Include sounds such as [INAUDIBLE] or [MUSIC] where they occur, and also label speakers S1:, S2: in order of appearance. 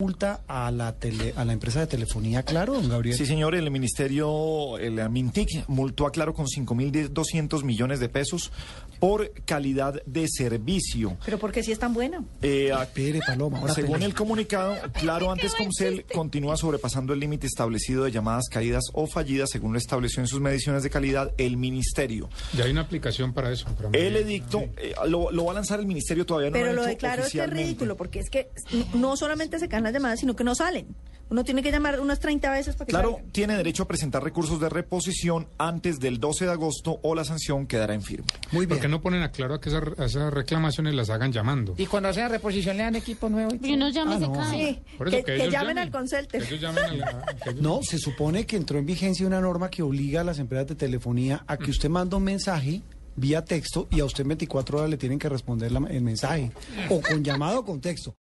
S1: multa a la tele, a la empresa de telefonía Claro, don Gabriel.
S2: Sí, señor, el ministerio, el Mintic, multó a Claro con 5.200 millones de pesos por calidad de servicio.
S3: Pero porque sí es tan buena.
S2: Eh, a-
S1: Pere, Paloma, ahora
S2: según
S1: Pere.
S2: el comunicado, Claro antes Comcel continúa sobrepasando el límite establecido de llamadas caídas o fallidas, según lo estableció en sus mediciones de calidad el ministerio.
S4: Ya hay una aplicación para eso. pero-
S2: El edicto eh, lo, lo va a lanzar el ministerio todavía no
S3: Pero
S2: han
S3: lo
S2: hecho
S3: de Claro es que es
S2: oficialmente.
S3: ridículo, porque es que no solamente se caen las llamadas, sino que no salen. Uno tiene que llamar unas 30 veces para que
S2: Claro,
S3: salgan.
S2: tiene derecho a presentar recursos de reposición antes del 12 de agosto o la sanción quedará en firme.
S1: Muy
S4: ¿Por qué
S1: bien.
S4: no ponen a claro a que esas, a esas reclamaciones las hagan llamando?
S5: Y cuando hacen la reposición le dan equipo nuevo. y
S6: Y uno llama
S1: Ah,
S6: y se
S1: no.
S6: cae.
S3: Sí,
S4: Por eso,
S3: que, que
S4: ellos
S3: llamen al Concelte.
S4: Que ellos llamen a la-
S3: [LAUGHS]
S4: que ellos-
S1: No, se supone que entró en vigencia una norma que obliga a las empresas de telefonía a
S2: Mm.
S1: que usted manda un mensaje vía texto y a usted en 24 horas le tienen que responder la- el mensaje, o con llamado o con texto.